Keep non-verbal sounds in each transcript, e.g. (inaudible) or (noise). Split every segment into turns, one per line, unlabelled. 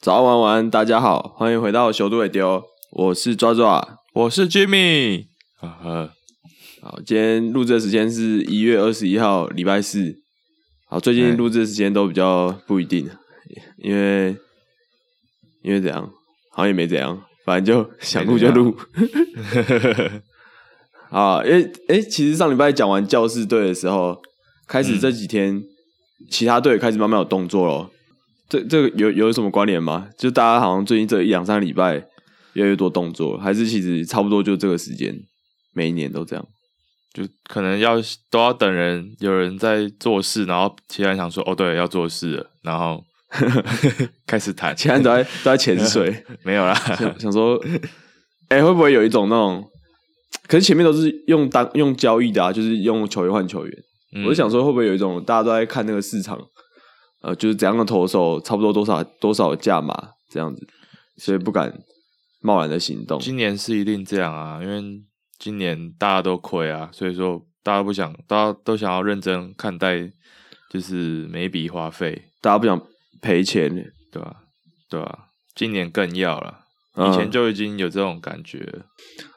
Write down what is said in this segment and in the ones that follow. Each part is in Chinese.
早安晚安，大家好，欢迎回到小度尾丢，我是抓抓。
我是 Jimmy，呵呵，
好，今天录制的时间是一月二十一号，礼拜四。好，最近
哎
录制的时间都比较不一定，因为因为怎样，好像也没怎样，反正就想录就录。啊，因为哎、其实上礼拜讲完教士队的时候，开始这几天、其他队开始慢慢有动作咯。这这个有有什么关联吗？就大家好像最近这一两三礼拜越来越多动作，还是其实差不多就这个时间，每一年都这样。
就可能要都要等人有人在做事，然后其他人想说哦，对，要做事了，然后 (laughs) 开始谈，
其他人都在都在潜水，
(laughs) 没有啦，
想想说，哎、会不会有一种那种？可是前面都是用当用交易的啊，就是用球员换球员。
嗯
(laughs) 我就想说，会不会有一种大家都在看那个市场，呃，就是怎样的投手差不多多少多少价码这样子，所以不敢贸然的行动。
嗯今年是一定这样啊，因为今年大家都亏啊，所以说大家不想，大家都想要认真看待，就是每一笔花费，
大家不想赔钱，
对吧、对吧、今年更要了，
嗯
以前就已经有这种感觉了，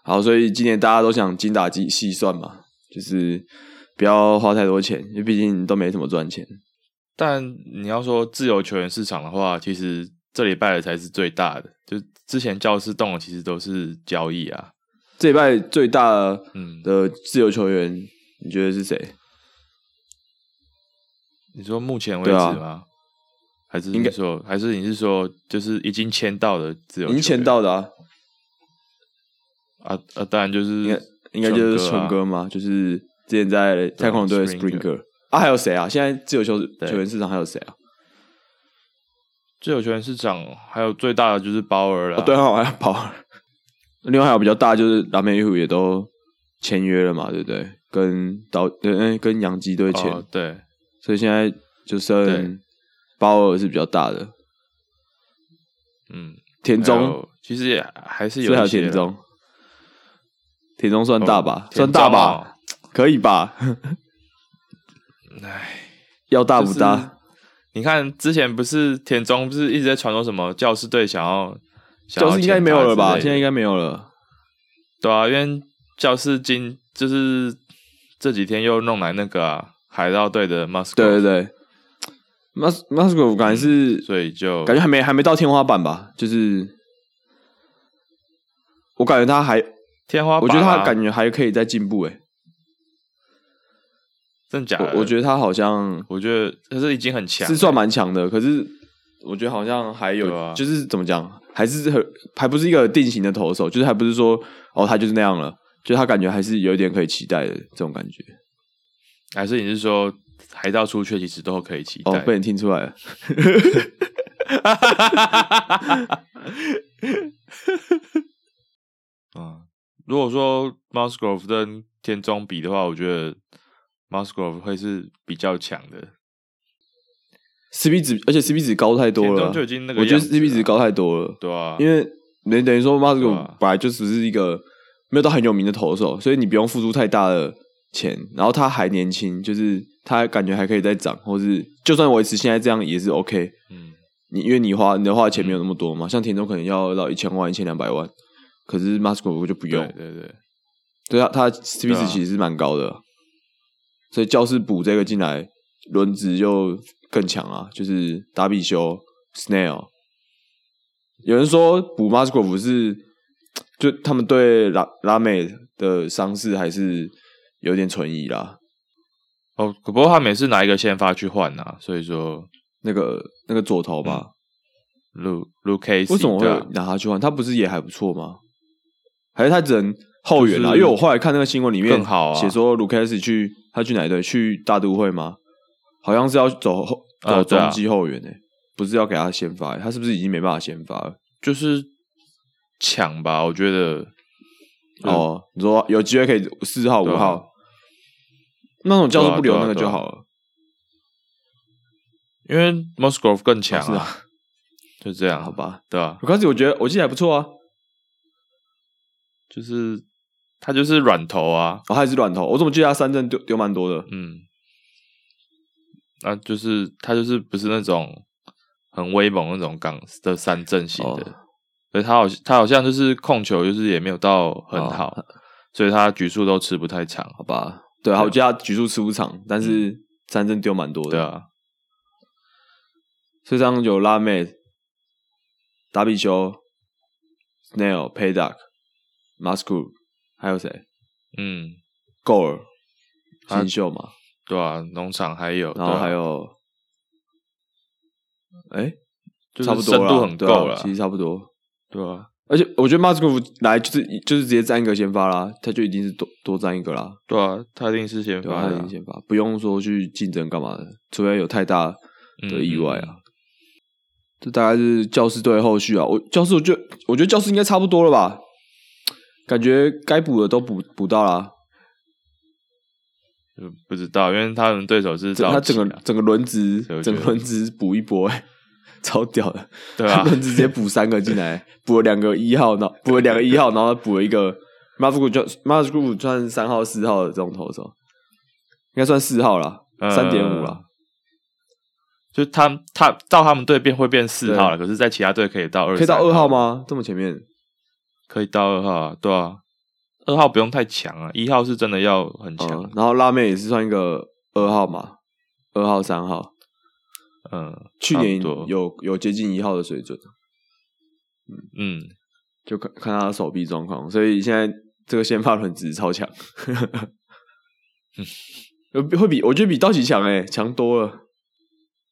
好，所以今年大家都想精打细细算嘛，就是不要花太多钱，因为毕竟都没怎么赚钱。
但你要说自由球员市场的话，其实这礼拜的才是最大的，就之前教室动的其实都是交易啊，
这礼拜最大的
嗯，
的自由球员，你觉得是谁？
你说目前为止
对啊
吗？还是
应
你
该
说，还是你是说，就是已经签到的自由球
已经
员？
签到的啊，
啊啊，当然就是啊
应该应该就是
纯
纯哥嘛，就是之前在太空人队的
啊 Springer
Springer 啊，还有谁啊？现在自由球
对
球员市场还有谁啊？
自由球员市场，还有最大的就是鲍尔了、
哦，对，啊，还有跑。另外还有比较大就是蓝莓虎也都签约了嘛，对不对？跟导呃哎跟洋基队签，
哦、对，
所以现在就
对
剩鲍尔是比较大的，
嗯，
田
还
中
有其实也还是有
最好
一些
田
啦
中，田中算大吧，
田
算大
中
吧，
哦
可以吧？
(laughs) 唉，
要大不
就是
大？
你看之前不是田中不是一直在传说什么教师队想要，想要
教室应该
签
没
他
有了吧？
之类的
现在应该没有了。
对啊，因为教室今就是这几天又弄来那个啊海盗队的 m a s
对对对 m a s m a s 我感觉是、
所以就
感觉还没还没到天花板吧，就是我感觉他还，
天花
我
板
觉
啊、
得他感觉还可以再进步诶、
真假
我我觉
得
得他好像
我觉得他是已经很强了，欸
是算蛮强的，可是我觉得好像还有、
对啊
就是怎么讲，还是很还不是一个定型的投手，就是还不是说哦他就是那样了，就他感觉还是有一点可以期待的这种感觉。
还是你是说海盗出去其实都可以期待？
哦，被你听出来了，
嗯，如果说 Musgrove 跟田中比的话，我觉得 Musgrove 会是比较强的。
CP 值，而且 CP 值高太多
田
了
中
啊，
就已经那个
我觉得
样子了
CP 值高太多了。
对啊，
因为你等于说 m a s
对啊
本来就只是一个没有到很有名的投手，所以你不用付出太大的钱，然后他还年轻，就是他感觉还可以再涨，或是就算维持现在这样也是 OK。
嗯，
你因为你花你的花的钱没有那么多嘛，像田中可能要到一千万、一千两百万，可是 m a s 就不用
对，对对，
对啊，他 CP
对啊
值其实是蛮高的，所以教室补这个进来，轮值就更强啊，就是达比修、Snail。有人说补 m a s g r o v 是就他们对拉拉美的伤势还是有点存疑啦。
哦，不过他每次拿一个先发去换啊，所以说
那个那个左投
嗯
吧，
Lu Lu K
为什么会
啊
拿他去换？他不是也还不错吗？还是他只能后援啦？啊
就是
因为我后来看那个新闻里面
更好啊
写说卢凯斯去他去哪一队？去大都会吗？好像是要走后
啊
走
对啊
中继后援诶、不是要给他先发欸、他是不是已经没办法先发了？
就是抢吧？我觉得嗯
哦，你说有机会可以四号五
对啊
号，那种教授不留
对啊
那个
对
就
啊
好了。
因为 Musgrove 更强
是
啊，
啊
(laughs) 就这样，
好，吧，
对啊，
卢凯斯我觉得我记得还不错啊，
就是他就是软头啊，
哦，他也是软投，我怎么记得他三振丢丢蛮多的？
啊嗯，那就是他就是不是那种很威猛那种港的三阵型的，
哦
所以他好他好像就是控球就是也没有到很
哦
好，所以他局数都吃不太长。
好吧，对啊，我记得他局数吃五场，但是三振丢蛮多的。
嗯对，啊，
这张有拉妹、达比修、Snail、Payduck、Musgrove，还有谁
嗯，
？Gore、
啊
新秀嘛，
对啊，农场还有，
然后
对啊
还有，哎、
就是
差不多
深
啦
度很
对啊
够了，
其实差不多。
对啊，
而且我觉得 Musgrove 来就是就是直接占一个先发啦，他就一定是多多占一个啦，
对啊，他一定是先
对吧、
发
他一
的啊
定，先发，不用说去竞争干嘛的，除非有太大
嗯
的意外啊。这大概是教师队后续啊，我教师我觉得我觉得教师应该差不多了吧，感觉该补的都补补到啊啦。
就嗯不知道，因为他们对手是
整
早
他
期
整个
啊
整个轮值
所以我觉
整
得
个轮值补一波、欸，超屌的。，
对啊
(laughs) 轮值直接补三个进来，补了两个一号，然后补了两个一号，然后补了一个 m a s g r o 就 m a s g r o 算三号四号的这种投手，应该算四号啦，
嗯
三点五啦，
就他们他到他们队变会变四号了，可是，在其他队可以到二，
可以到二号？吗？这么前面
可以到二号啊，对啊，二号不用太强啊，一号是真的要很强，
嗯，然后辣妹也是算一个二号嘛，二号三号，
嗯
去年
差不多
有有接近一号的水准，
嗯，
就看看他的手臂状况，所以现在这个先发轮值超强， (laughs) 会比我觉得比道奇强诶、强多了。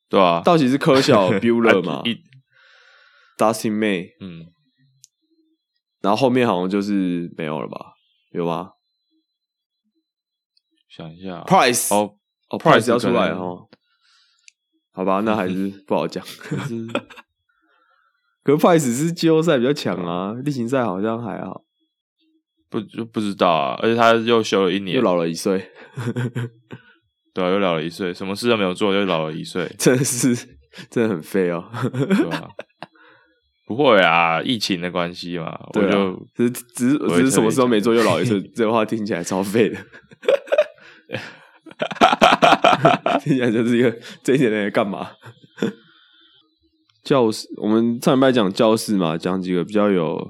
对啊，
道奇是科小
(laughs)
Bueller 嘛
啊一
，Dustin May，
嗯，
然后后面好像就是没有了吧？有吗
想一下啊
？Price
哦，
哦
Price
，Price 要出来
可能
哦。好吧，那还是不好讲。 (laughs)
可是
可是 Price 是季后赛比较强啊，例行赛好像还好，
不就不知道啊，而且他又休了一年
又，老了一岁，，
对啊，又老了一岁，什么事都没有做，又老了一岁
真的是真的很废哦。
对吧、不会啊，疫情的关系嘛，我
对啊
就，
只是只是
我会
只是什
特别
么事都没做又老一岁，这话听起来超废的。听起来就是一个这一点人在干嘛？教室，我们上礼拜讲教室嘛，讲几个比较有，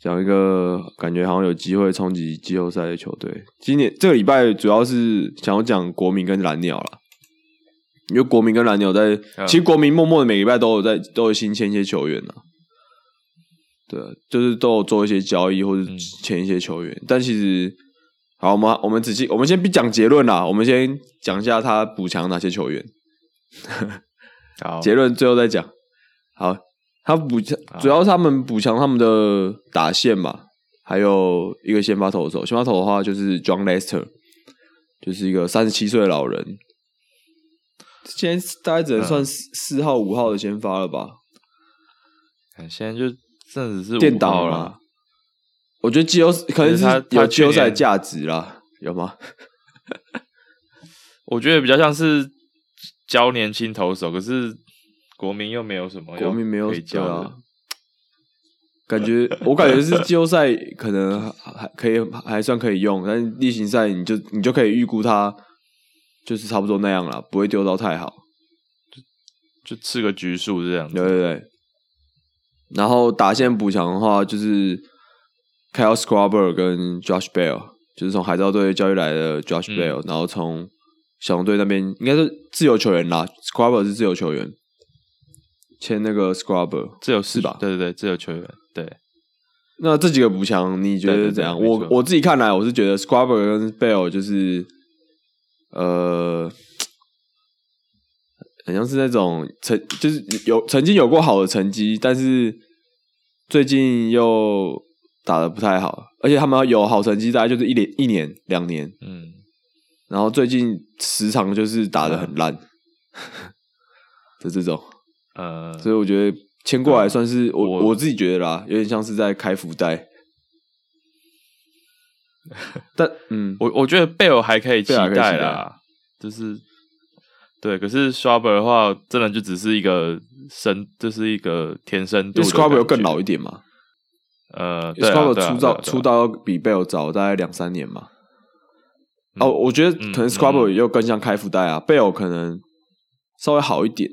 讲一个感觉好像有机会冲击季后赛的球队。今年这个礼拜主要是想要讲国民跟蓝鸟啦，因为国民跟蓝鸟在，
嗯
其实国民默默的每个礼拜都有在都有新签一些球员啊，对啊，就是都有做一些交易或者
嗯
签一些球员，但其实。好，我们我们仔细，我们先不讲结论啦，我们先讲一下他补强哪些球员。
好，
结论最后再讲。好，他补强主要是他们补强他们的打线嘛，还有一个先发投手。先发投手的话就是 John Lester，就是一个三十七岁的老人，现在大概只能
嗯
算四四号、五号的先发了吧，
哎现在就真的是
垫
五号
档
了
啦。。我觉得季后可能
可是
是
他他
有
去
季后赛的
年
价值啦，有吗？
我觉得比较像是教年轻投手，可是国民又没有什么要
国民没有
可以
对
教
啊
的，，
(laughs) 感觉我感觉是季后赛可能还还可以还算可以用，但是例行赛你就你就可以预估它就是差不多那样啦，不会丢到太好。
就吃个局数这样
对
子。
对对。然后打线补强的话，就是 Kyle Scrubber 跟 Josh Bell，就是从海盗队交易来的 Josh
嗯
Bell，、然后从小熊队那边应该是自由球员啦，Scrubber 是自由球员，签那个 Scrubber。
自由是
吧
对对对，自由球员，对，
那这几个补强你觉
对对
得
对
怎样？
没
我
错
我自己看来，我是觉得 Scrubber 跟 Bell 就是呃，好像是那种曾就是有曾经有过好的成绩，但是最近又打的不太好，而且他们有好成绩，大概就是一年一年两年，
嗯，
然后最近时常就是打的很烂 (laughs) 的这种，
呃，
所以我觉得签过来算是我
啊我
我自己觉得啦，有点像是在开福
(laughs)
袋。但嗯，
我我觉得贝尔还可以期
贝尔还可以
待
期
啦，就是对，可是 Schwaber 的话，真的就只是一个深，就是一个填深
因
度
为
的
Scrabble
感觉
更老一点嘛
呃对啊
，Scrabble
对啊
出
对啊
道
对啊
出道要比 Bell 早大概两三年嘛。
嗯
哦，我觉得
嗯
可能 Scrabble 又更像开福袋啊，Bell 可能稍微好一点，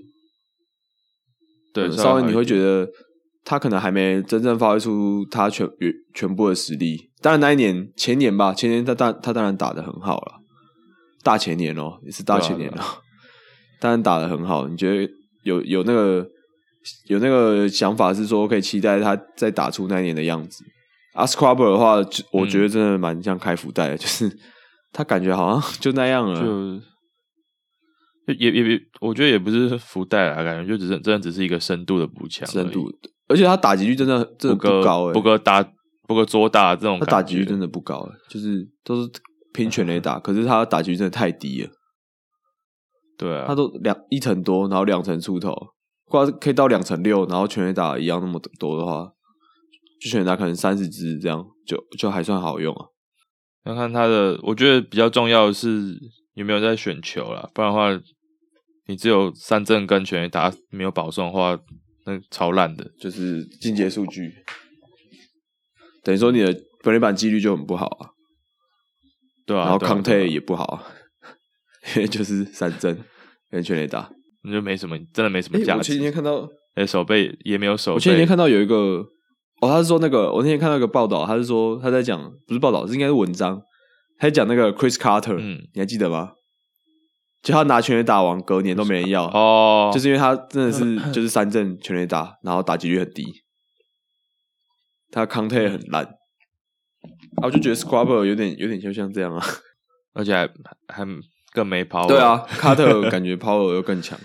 对，
稍微
好
你
一
会
点
觉得他可能还没真正发挥出他全原全部的实力。当然那一年前年吧，前年他当他当然打的很好了，大前年哦，也是大
对啊
前年
对
哦， (laughs) 当然打的很好。你觉得有有那个有那个想法是说可以期待他再打出那一年的样子？啊 s c r u b b e r 的话，就我觉
嗯
得真的蛮像开福袋的，就是他感觉好像 (laughs) 就那样了，
就也也也，我觉得也不是福袋啊，感觉就只是真的只是一个深度的补强而已，
深度，而且他打击率真的真的
不
不
够
高、欸，
不够打不够捉打这种
他
感觉，
打击率嗯真的不高、就是都是拼全垒打，可是他打击率真的太低了，
对啊，
他都两一成多，然后两成出头，或者可以到两成六，然后全垒打一样那么多的话，就全垒打可能三十支这样，就就还算好用啊。
要看他的，我觉得比较重要的是有没有在选球啦，不然的话，你只有三振跟全垒打没有保送的话，那超烂的。
就是进阶数据，等于说你的本垒板几率就很不好啊，
对啊，
然后
对啊
康
对啊
泰也不好、啊， (laughs) 因为就是三振跟全垒打。
你就没什么，真的没什么
哎、
价
我前几天
值。
看到
哎、手背也没有手背，
我前几天看到有一个，哦，他是说那个，我那天看到一个报道，他是说他在讲，不是报道，是应该是文章，他在讲那个 Chris Carter，、
嗯
你还记得吗？就他拿全垒打王，隔年都没人要，
哦，
就是因为他真的是
(laughs)
就是三振全垒打，然后打击率很低，他康泰很烂，啊，我就觉得 Scrubber 有点有点就像这样啊，
而且还还更没跑。
对啊，，Carter 感觉 power 又更强，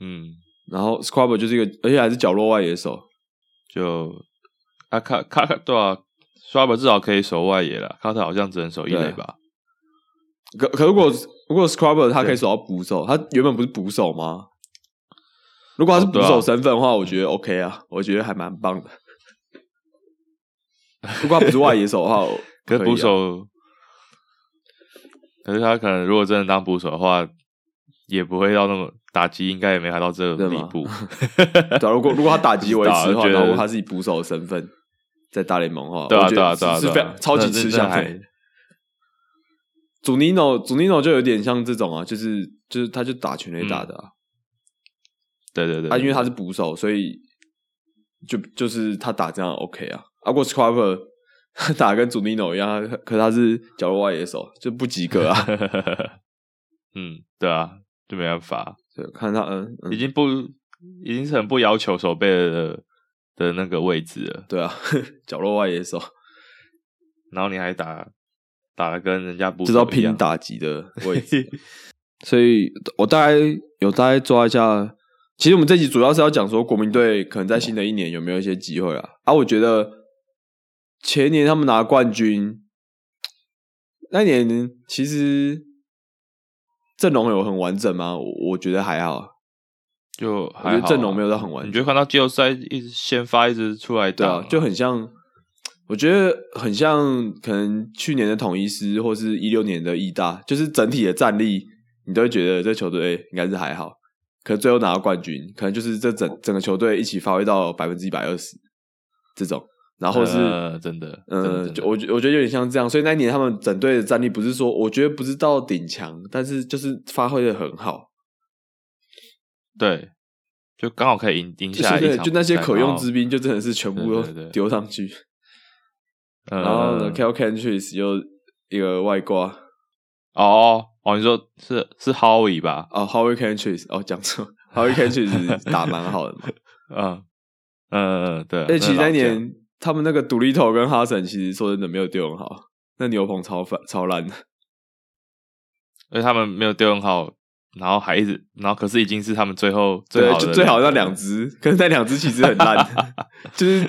嗯，
然后 Scrubber 就是一个，而且还是角落外野手，
就啊卡卡卡对啊，刷吧至少可以守外野了，卡特好像只能守一
对啊
垒吧？
可可如果如果 Scrubber 他可以
对
守到捕手，他原本不是捕手吗？如果他是捕
哦对啊
手身份的话，我觉得 OK 啊，我觉得还蛮棒的。如果他不是外野手的话，我
(laughs) 可
以啊
是捕手，可是他可能如果真的当捕手的话，也不会到那么打击，应该也没达到这
对
个
吗
地
(laughs)
步。
对啊如果如果他打击维
(laughs)
持的
不
话，
知
然
道我觉得
后他是以捕手的身份在大联盟的话，
对啊
我觉得
对啊对啊
是是非
对啊
常超级
那
吃
那
香欸
还
的。祖尼诺，祖尼诺就有点像这种啊，就是就是他就打全垒打的啊，
对对对，
啊，因为他是捕手，所以就就是他打这样 OK 啊。啊，过 Scrubber 他 (laughs) 打跟 Zunino 一样，他可是他是角落外野手，就不及格
(laughs)
啊。
嗯，对啊，就没办法，
对，看他嗯
已
嗯，
经不已经是很不要求守备的的那个位置了，
对啊， (laughs) 角落外野手，
然后你还打打的跟人家不
知道拼打击的位置。所以我大概有大概抓一下。其实我们这集主要是要讲说国民队可能在新的一年有没有一些机会啊？啊，我觉得前年他们拿冠军，那年其实阵容有很完整吗？我我觉得还好，
(laughs) 就
我觉
还
得
好啊
阵容没有到很完
你
整。
就看到季后赛一直先发一直出来
对
打
啊
嘛，，
就很像，我觉得很像可能去年的统一师或是一六年的义大，就是整体的战力，你都会觉得这球队欸应该是还好。可最后拿到冠军，可能就是这整整个球队一起发挥到百分之一百二十这种，然后是
呃真的，真的
呃，
真
就
的
我觉我觉得有点像这样，所以那一年他们整队的战力不是说，我觉得不是到顶强，但是就是发挥的很好，
对，就刚好可以赢赢
就
下来
是
一
对
场
就那些
比赛
可用之，
然
兵，就真的是全部
对
都
对对
丢上去。
后呃
然后呢 k e l c a n t r i s 又一个外挂
哦哦，你说是是 Howie 吧？
哦 h o w i c a n t r i s 哦讲错 (laughs) h o w i c a n t r i s 打蛮好
(laughs)
的嘛。
嗯嗯嗯，对啊。
而且其实
老
那
将
年他们那个独立头跟哈森，其实说真的没有丢很好，那牛棚超反超烂的。
而且他们没有丢很好，然后还一直，然后可是已经是他们最后最
对，
好的
就最好那
个
两只， (laughs) 可是那两只其实很烂， (laughs) 就是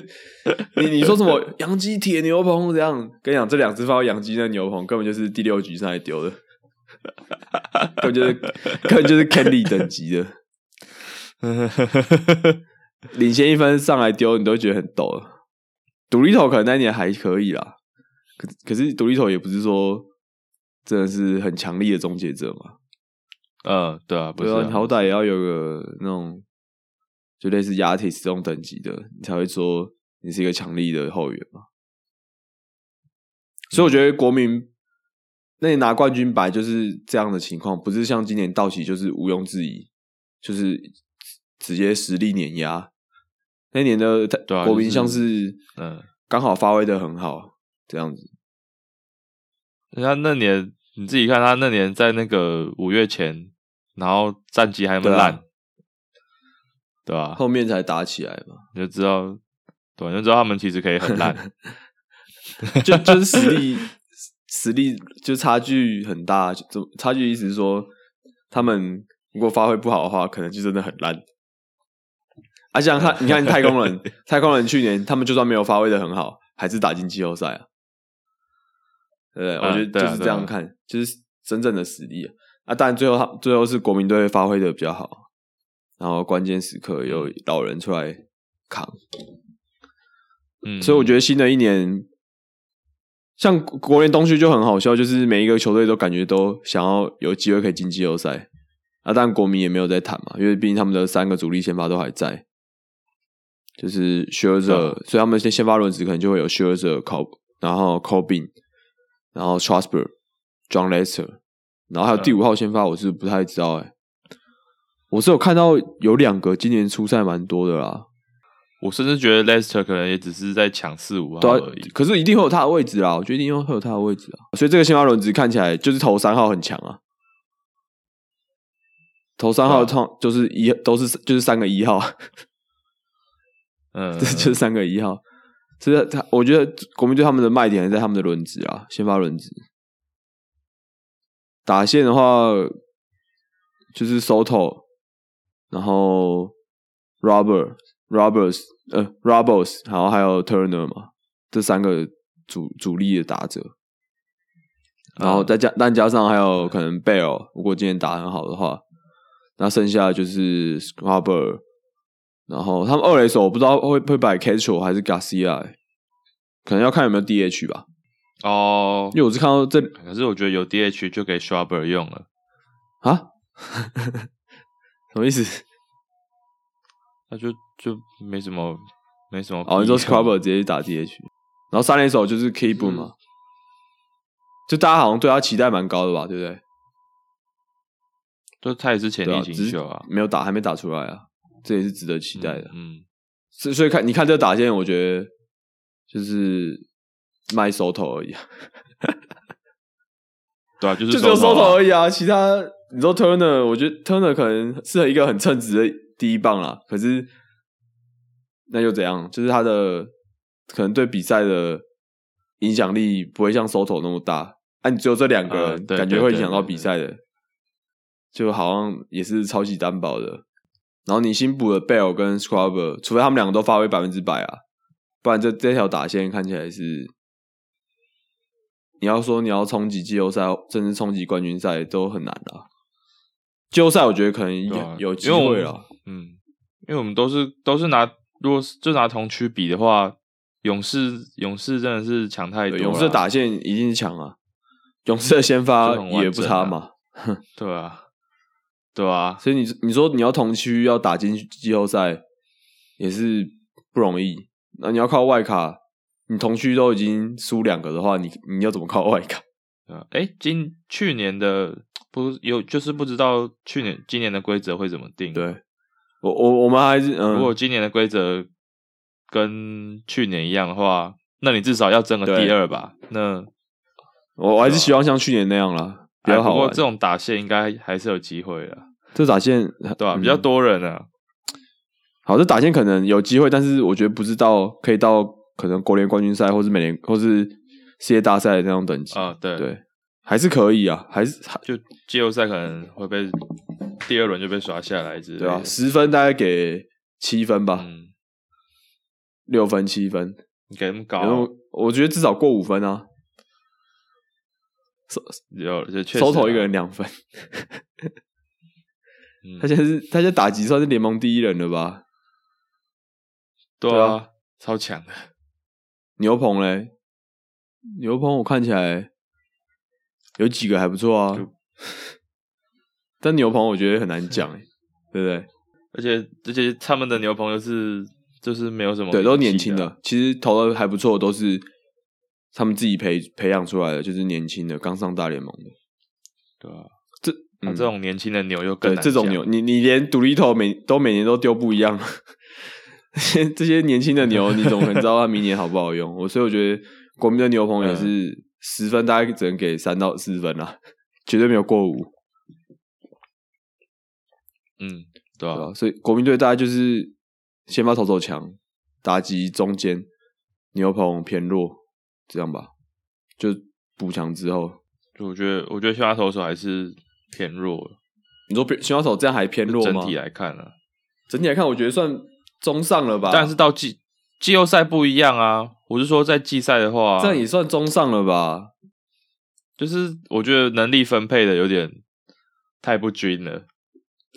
你你说什么洋基铁牛棚这样，跟你讲这两只放到洋基那牛棚根本就是第六局上来丢的，根本就是根本就是 Candy 等级的，领先一分上来丢，你都觉得很抖了。独立头可能那一年还可以啦，可可是独立头也不是说真的是很强力的终结者嘛，
(laughs) 嗯，对啊，不是
对啊，
啊
你好歹也要有个那种就类似雅体斯这种等级的，你才会说你是一个强力的后援嘛。所以我觉得国民那你拿冠军本来就是这样的情况，不是像今年道奇就是毋庸置疑，就是直接实力碾压。那年的他
对啊
国民
就是
像是
嗯，
刚好发挥的很好，这样子。
人家那年你自己看，他那年在那个五月前，然后战绩还那么
对啊
烂，对吧、啊
后面才打起来嘛，
你就知道，对，啊你就知道他们其实可以很烂，
(laughs) 就就是实力实力就差距很大，就怎么差距意思是说，他们如果发挥不好的话，可能就真的很烂。啊，像他，你看太空
(laughs)
人，太空人去年他们就算没有发挥的很好，还是打进季后赛啊。对不对，
啊
我觉得
对啊
就是这
对啊
样看，就是真正的实力啊。啊，当然最后他最后是国民队发挥的比较好，然后关键时刻有老人出来扛。
嗯，
所以我觉得新的一年，像国国联东区就很好笑，就是每一个球队都感觉都想要有机会可以进季后赛。啊，但国民也没有在谈嘛，因为毕竟他们的三个主力先发都还在，就是学者，所以他们先先发轮子可能就会有学者 Cob，然后 Cobin，然后 Trusper、John Lester，然后还有第五号先发，我是不太知道哎、我是有看到有两个今年出赛蛮多的啦，
我甚至觉得 Leicester 可能也只是在抢四五号
对啊
而已，
可是一定会有他的位置啦，我觉得一定会有他的位置啊。所以这个先发轮值看起来就是头三号很强啊，头三号
对
通就是一都是就是三个一号，
嗯，
这 (laughs) 就是三个一号。所以他我觉得国民队他们的卖点还在他们的轮值啊，先发轮值。打线的话就是 Soto，然后 Robert Roberts 呃 Roberts，然后还有 Turner 嘛，这三个主主力的打者。然后再加，但加上还有可能 Bell，如果今天打得很好的话，那剩下就是 Scrubber，然后他们二垒手我不知道会会摆 Ketchel 还是 Garcia，、欸可能要看有没有 DH 吧，
哦
因，为我是看到这
可是我觉得有 DH 就给 Shrubber 用了。
啊， (laughs) 什么意思？
他就就没什么没什么必要。
哦，你说 Scrubber 直接打 DH，然后三垒手就是 k e b o o
嗯
嘛，就大家好像对他期待蛮高的吧，对不对？
就他也是潜
对
力
啊，
新
只是
秀啊，
没有打，还没打出来啊，这也是值得期待的。
嗯，
所以所以看你看这个打线，我觉得就是卖手头而已啊，
对啊，就
就是只有手头
手头
而已啊。其他你说 Turner，我觉得 Turner 可能是一个很称职的第一棒啦，可是那又怎样？就是他的可能对比赛的影响力不会像手头那么大。啊，你只有这两个人，
呃对
感觉会
对
影响
对
到
对
比赛的，就好像也是超级担保的。然后你新补的 Bell 跟 Scrubber，除非他们两个都发挥百分之百啊，不然这这条打线看起来是，你要说你要冲击季后赛，甚至冲击冠军赛都很难啦。季后赛我觉得可能
对
有
啊
有机
因为我
会
们
了，
嗯，因为我们都是都是拿，如果是就拿同区比的话，勇士勇士真的是强太多
对
了，
勇士的打线一定强啊，勇士的先发
就很完
也不
整
差
啊
嘛，
对啊，对啊，
所以你你说你要同区要打进季后赛也是不容易，那你要靠外卡，你同区都已经输两个的话，你你要怎么靠外卡？
对啊，哎，今去年的不有就是不知道去年今年的规则会怎么定，
对我我我们还是嗯，
如果今年的规则跟去年一样的话，那你至少要争个
对
第二吧？那
我我还是希望像去年那样啦，比
啊哎
较
不
好
过
玩。
这种打线应该还是有机会的，
这打线
对吧、
嗯
比较多人啊，
好，这打线可能有机会，但是我觉得不知道可以到可能国联冠军赛，或是美联，或是世界大赛的那种等级。
啊、对，
对，还是可以啊，还是还
就季后赛可能会被第二轮就被刷下来之类的，
对啊，十分大概给七分吧，
嗯，
六、分七分，
你给他们
然后
搞，
我觉得至少过五分啊，
有就确实啊
收头一个人，两分，
嗯
他现在是他现在打击算是联盟第一人了吧？
对
对
啊
啊，
超强的，
牛棚嘞，牛棚我看起来有几个还不错啊
就，
但牛棚我觉得很难讲、欸，对不对？
而且而且他们的牛棚又是就是没有什么
对，都是年
名气
轻
的啊，
的，其实投的还不错，都是他们自己培培养出来的，就是年轻的，刚上大联盟的。
对啊，
这嗯
啊这种年轻的牛又更
对
难
这种
下
牛，你你连独立头每都每年都丢不一样， (laughs) 这些年轻的牛，你怎么可能知道它明年好不好用？我 (laughs) 所以我觉得国民的牛棚
嗯
也是十分，大概只能给三到四分啦，绝对没有过五，
嗯，
对
对啊，
吧？所以国民队大概就是先发投手强，打击中间，牛棚偏弱，这样吧，就补强之后。
就我觉得我觉得先发投手还是偏弱了，
你说先发手这样还偏弱
整
吗？
体来看啊，
整体来看，我觉得算中上了吧，
但是到季季后赛不一样啊，我是说在季赛的话，
这样也算中上了吧？
就是我觉得能力分配的有点太不均了，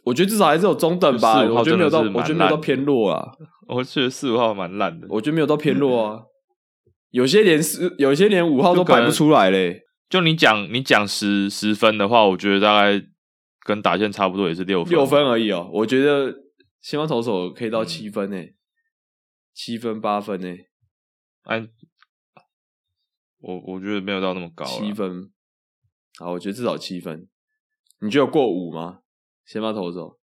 我觉得至少还是有中等吧，
就四五号
我觉得没有到，
真的是蛮
我觉得没有到
烂的
偏弱
(laughs)
啊，
我觉得四五号蛮烂的，
我觉得没有到偏弱
嗯
啊。 (laughs) 有些连四，有些连五号都摆不出来嘞。
就你讲你讲十十分的话，我觉得大概跟打线差不多也是六分，嗯
六分而已哦。我觉得先发投手可以到七分诶、七分八分欸诶、
哎，我我觉得没有到那么高啦，
七分。好，我觉得至少七分。你觉得有过五吗？先发投手，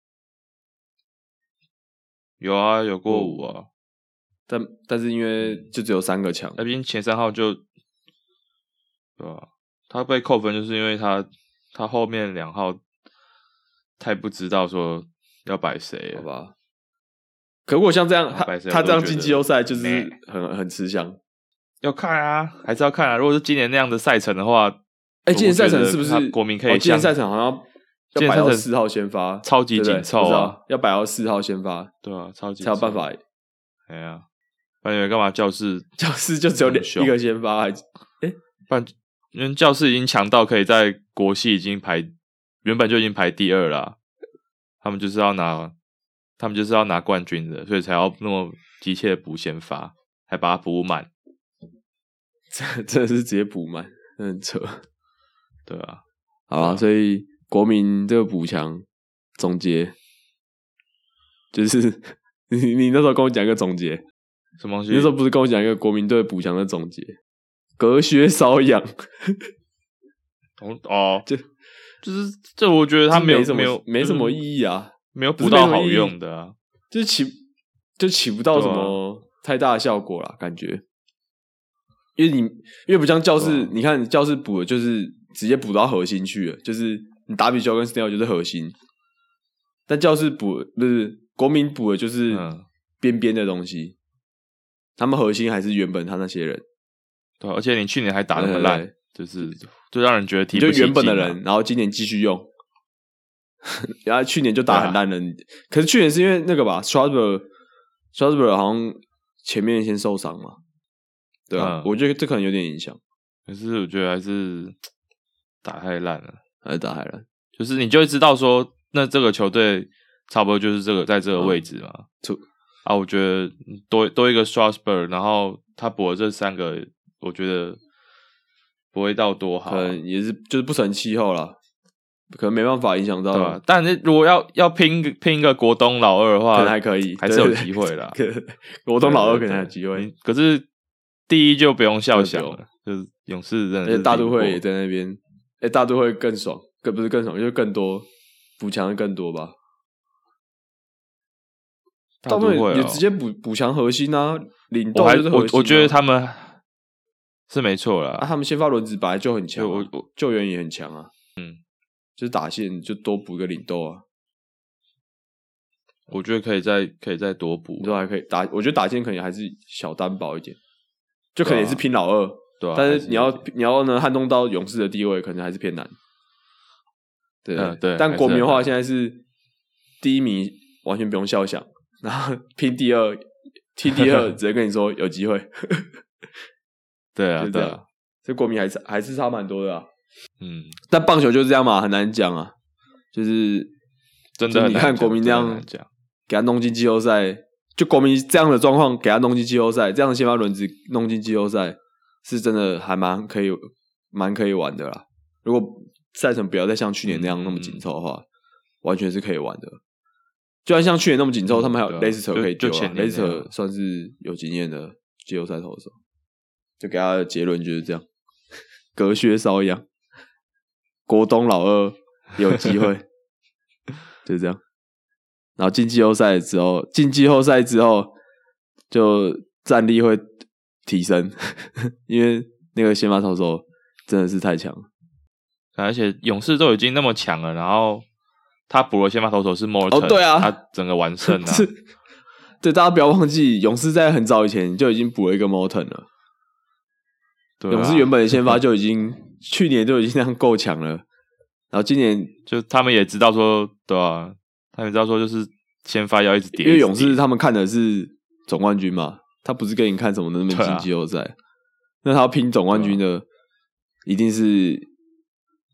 有啊，有过五啊，
但但是因为
嗯
就只有三个强，
那毕竟前三号就，对吧、他被扣分就是因为他他后面两号太不知道说要摆谁
好
了，
吧？可如果像这样，他
啊白色
他这样
我都觉
进
得
季后赛就是
咩
很很吃香。
要看啊，还是要看啊。如果是今年那样的赛程的话，
哎，
我
今年赛
觉
程
得
是不是
他国民可
哦
以
今年
像
赛程好像
今
要
年
摆
赛
到
程
四号先发，
超级
对不对
紧凑啊
不知道要摆到四号先发
对啊，超级
才有办
紧凑
法。。
哎呀、不然你们干嘛教室？
教室就只有两
很凶
一个先发，还 (laughs)
不然因为教室已经强到可以在国系已经排，原本就已经排第二了啊、他们就是要拿，他们就是要拿冠军的，所以才要那么急切的补先发，还把它补满，
真真的是直接补满，真的很扯。
对啊，
好啊，所以国民这个补强总结就是 (laughs) 你你那时候跟我讲一个总结，
什么东西？
你那时候不是跟我讲一个国民队补强的总结？隔靴搔痒，
哦
(laughs)
哦，
这
就是这，我觉得他没有
这什么
没有
没什么
义，
意义啊，
没有
不
补
是没
到
什么
好
意义
用的啊。
就起就起不到什
对啊
么太大的效果啦，感觉。因为你因为不像教室，
对啊
你看教室补的就是直接补到核心去了，就是你打比球跟 snail 就是核心，但教室补不是国民补的就是
嗯
边边的东西，他们核心还是原本他那些人
对啊，而且你去年还打那么
对
烂，
对对
就是就让人觉得提
你
不
就
起劲啊、
原本的人，然后今年继续用。 (laughs) 然后去年就
啊
打很烂了，可是去年是因为那个吧 s t r a s b u r g s t r a s b u r g 好像前面先受伤嘛，对啊，
嗯
我觉得这可能有点影响，
可是我觉得还是打太烂了。
还是打海了，
就是你就会知道说，那这个球队差不多就是这个在
嗯
这个位置嘛。
错
啊，我觉得多多一个 Strasburg，然后他补了这三个，我觉得不会到多好
可
啊，
能也是就是不成气候了，可能没办法影响到，
对吧、啊但是如果要要拼一个拼一个国东老二的话，
可能还可以，
啊还是有
对
机会啦。
对对可罗东老二可
(laughs) 对嗯
能还有机。
对
会
对，可是第一就不用笑想
对
了，就是勇士真
而
的是
且大都会
领
也
过
在那边，哎，大都会更爽，更不是更爽，就是更多补强的更多吧，
大
大
都
部分
会哦
也直接补补强核心啊，领
我
动
还
就是核
我
心啊、
我觉得他们是没错啦
啊，，他们先发轮子本来就很强、
就我
啊，
我
救援也很强啊，嗯，就是打线就多补个领斗啊，
我觉得可以再可以再多补
你，说还可以打，我觉得打线可能还是小单薄一点，就可能也是
对啊
拼老二，
对啊，
但
还
是你要
有
你要呢撼动到勇士的地位，可能还是偏难。对、
嗯对
但国民的
还
话，
是
现在是第一名，完全不用笑想，然后拼第二，踢第
(laughs)
二，直接跟你说有机会，
对啊
就这
对
样。
啊，
这国民还是还是差蛮多的啊。
嗯，
但棒球就是这样嘛，很难讲啊。就是
真的很
你
难
看
讲
国民这
真的很
样
难讲
给他弄进季后赛，就国民这样的状况给他弄进季后赛，这样的先发轮子弄进季后赛，是真的还蛮可以，蛮可以玩的啦。如果赛程不要再像去年那样那么紧凑的话，完全是可以玩的。就算像去年那么紧凑，
嗯
他们还有
对啊
l a s t e r
就
可以丢
就
啊
前
l a
年
s
那
t e
样
r 算是有经验的季后赛投手。就给他的结论就是这样：隔靴搔痒，国东老二有机
(laughs)
会，就这样。然后进季后赛之后，进季后赛之后就战力会提升， (laughs) 因为那个先发投手真的是太强了。
而且勇士都已经那么强了，然后他补了先发投手是莫尔
哦对啊
他整个完胜啊，
是， (laughs) 对，大家不要忘记，勇士在很早以前就已经补了一个 Morton 了。
对啊
勇士原本的先发就已经去年就已经那样够
(laughs)
强了，然后今年
就他们也知道说，对啊，他们也知道说就是先发要一直叠，
因为
一直
勇 (laughs) 士
叠
他们看的是总冠军嘛，他不是跟你看什么能不能
对啊
进季后赛，那他要拼总冠军的，一定是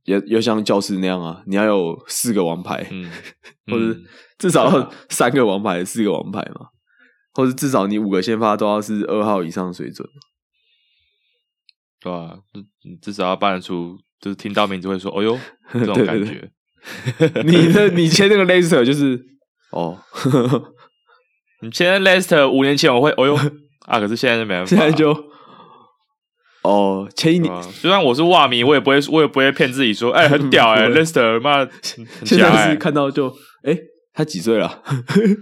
也要像教师那样啊，你要有四个王牌，
嗯，
或者
嗯
至少
对
要
啊
三个王牌、四个王牌嘛，或者至少你五个先发都要是二号以上
(laughs)
水准。
对啊，就你至少要办得出，就是听到名字会说，哦呦，
(laughs)
这种
对对
感
对
觉，
你的你签那个 Laser 就是 (laughs) 哦，
你现在 Lester 五年前我会，哦呦 (laughs) 啊，可是现在就没办法，
现在
(laughs)
就哦，前一
对
年、
啊。就算我是袜迷，我也不会，我也不会骗自己说，哎、很屌
(laughs)
哎、
不
l
会
e s t e r 妈很
现
强
在
哎、
是看到就哎、他几岁了？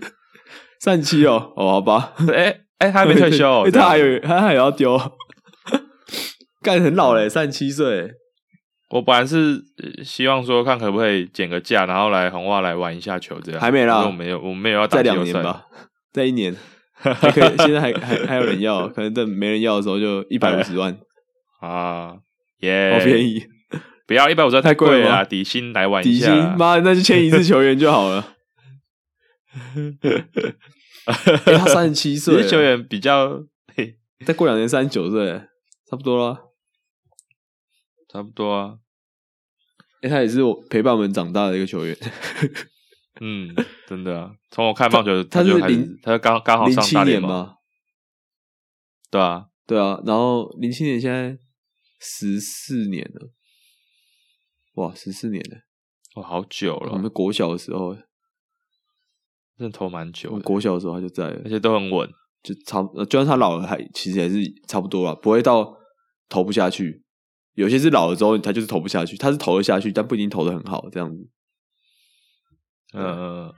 (laughs) 三七哦，哦好吧，，
哎哎、他还没退休、
(laughs)
哦
他还
这样嗯
有他还有要丢， (laughs) 干很老嘞，三七岁，
我本来是呃希望说看可不可以减个价，然后来红袜来玩一下球，这样
还没啦
因为我没有，我没有要打
再
季
两
后
年
赛，
吧，再一
(laughs)
年，还可以，现在还还还有人要，可能等没人要的时候就一百五十万，
(laughs) 啊，耶、
好便宜，
不要一百五十万
太
太
贵
贵
了
了
吗
啦，底薪来玩
底
一
薪
下啦。
妈那就签一次球员就好了。 (laughs) 欸、他三十七岁
(laughs) 只
了，
是球员比较嘿，
再过两年三十九岁，差不多了。
差不多啊。
哎、他也是我陪伴我们长大的一个球员，
嗯，真的啊，从我看棒球，
他
就是开始
零，
他就刚刚好
零
上
七
大
年
联盟，
嘛，
对啊，
对啊，然后零七年现在十四年了，哇，十四年了，
哇，好久了，
我们国小的时候，
真的投蛮久
我们
的，
国小的时候他就在
而
了，
且都很稳，
就差不，呃就算他老了还，其实也是差不多了，不会到投不下去。有些是老了之后他就是投不下去，他是投得下去，但不一定投得很好，这样子。
嗯嗯，嗯